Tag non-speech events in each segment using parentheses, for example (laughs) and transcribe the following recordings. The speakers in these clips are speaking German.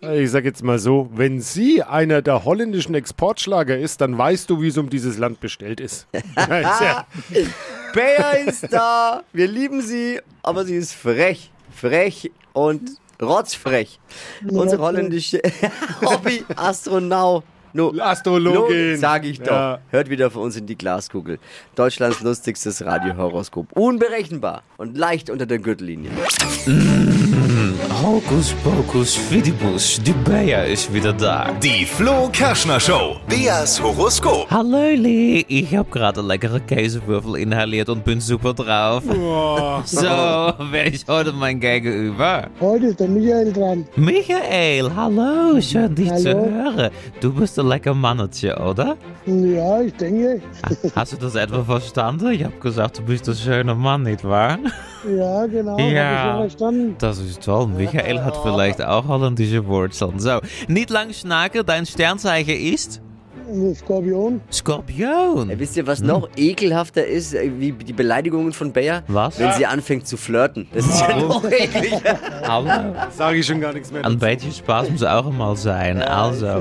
Ich sag jetzt mal so, wenn sie einer der holländischen Exportschlager ist, dann weißt du, wie es um dieses Land bestellt (laughs) ist. ja, Bea ist da. Wir lieben sie, aber sie ist frech. Frech und rotzfrech. Unsere holländische (laughs) Hobby-Astronau. No, Astrologin. Sage ich doch. Ja. Hört wieder für uns in die Glaskugel. Deutschlands lustigstes Radiohoroskop. Unberechenbar und leicht unter der Gürtellinie. Hocus pocus fidibus, die Bea is wieder da. Die Flo Kerschner Show. Beas Horoskop. Hallo Lee, ich habe gerade leckere Käsewürfel inhaliert und bin super drauf. (laughs) So, wer ist heute mein Gegenüber? Heute ist der Michael dran. Michael, hallo, schön dich zu Hallo. hören. Du bist ein lecker Mannetje, oder? Ja, ich denke, Hast du das etwa verstanden? Ich habe gesagt, du bist ein schöner Mann, nicht wahr? ja, genau, Ja. habe ich schon verstanden. Das ist toll. Michael hat vielleicht auch holländische Wurzeln. So, nicht lang schnacken, dein Sternzeichen ist Ein Skorpion, Skorpion. Wisst ihr, was Hm. noch ekelhafter ist, äh, wie die Beleidigungen von Bea? Was? Wenn sie anfängt zu flirten. Das ist ja noch ekliger. Hallo. sage ich schon gar nichts mehr. Ein beetje Spaß muss auch mal sein. Also,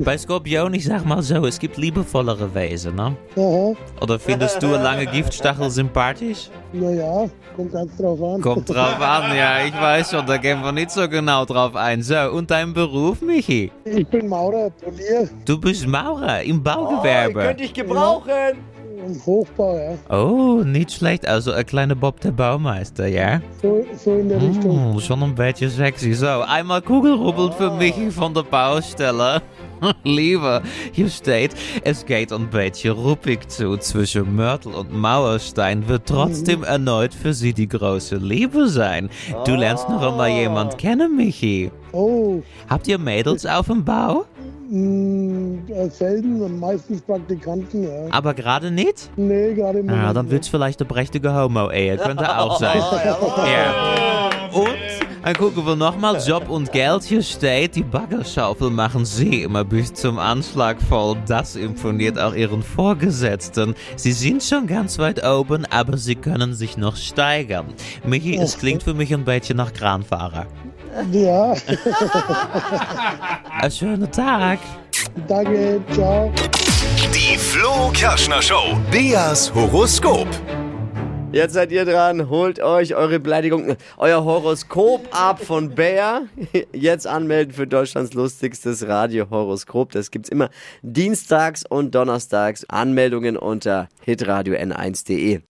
bei Skorpion, ich sag mal so, es gibt liebevollere Wesen, ne? aha, Oder findest du eine lange Giftstachel sympathisch? naja, kommt ganz drauf an. Kommt drauf an, ja, ich weiß schon, da gehen wir nicht so genau drauf ein. So, und dein Beruf, Michi? Ich bin Maurer, Polier Du bist Maurer im Oh, Baugewerbe. Könnte ich gebrauchen. und Hochbau, ja, Oh, nicht schlecht, also ein kleiner Bob der Baumeister, ja? so, so in der Richtung. Hm, schon ein beetje sexy. So, einmal Kugelrubbel für Michi von der (laughs) Baustelle. Lieber, hier steht, es geht ein beetje ruppig zu. Zwischen Mörtel und Mauerstein wird trotzdem erneut für sie die große Liebe sein. Du lernst noch einmal jemand kennen, Michi. Oh, Habt ihr Mädels auf dem Bau? mh, äh, selten und meistens Praktikanten, ja. Aber gerade nicht? Nee, gerade im Ah, Moment dann wird's vielleicht eine prächtige eh, Homo-Ehe. Könnte auch sein. Ja. Und dann gucken wir nochmal. Job und Geld hier steht. Die Baggerschaufel machen sie immer bis zum Anschlag voll. Das imponiert auch ihren Vorgesetzten. Sie sind schon ganz weit oben, aber sie können sich noch steigern. Michi, es klingt für mich ein bisschen nach Kranfahrer. nicht. Ja, (laughs) Einen schönen Tag. danke, ciao. Die Flo Kerschner Show. Beas Horoskop. Jetzt seid ihr dran, holt euch eure Beleidigung, äh, euer Horoskop ab von Bea. (laughs) Jetzt anmelden für Deutschlands lustigstes Radiohoroskop. Das gibt's immer dienstags und donnerstags. Anmeldungen unter hitradio n1.de.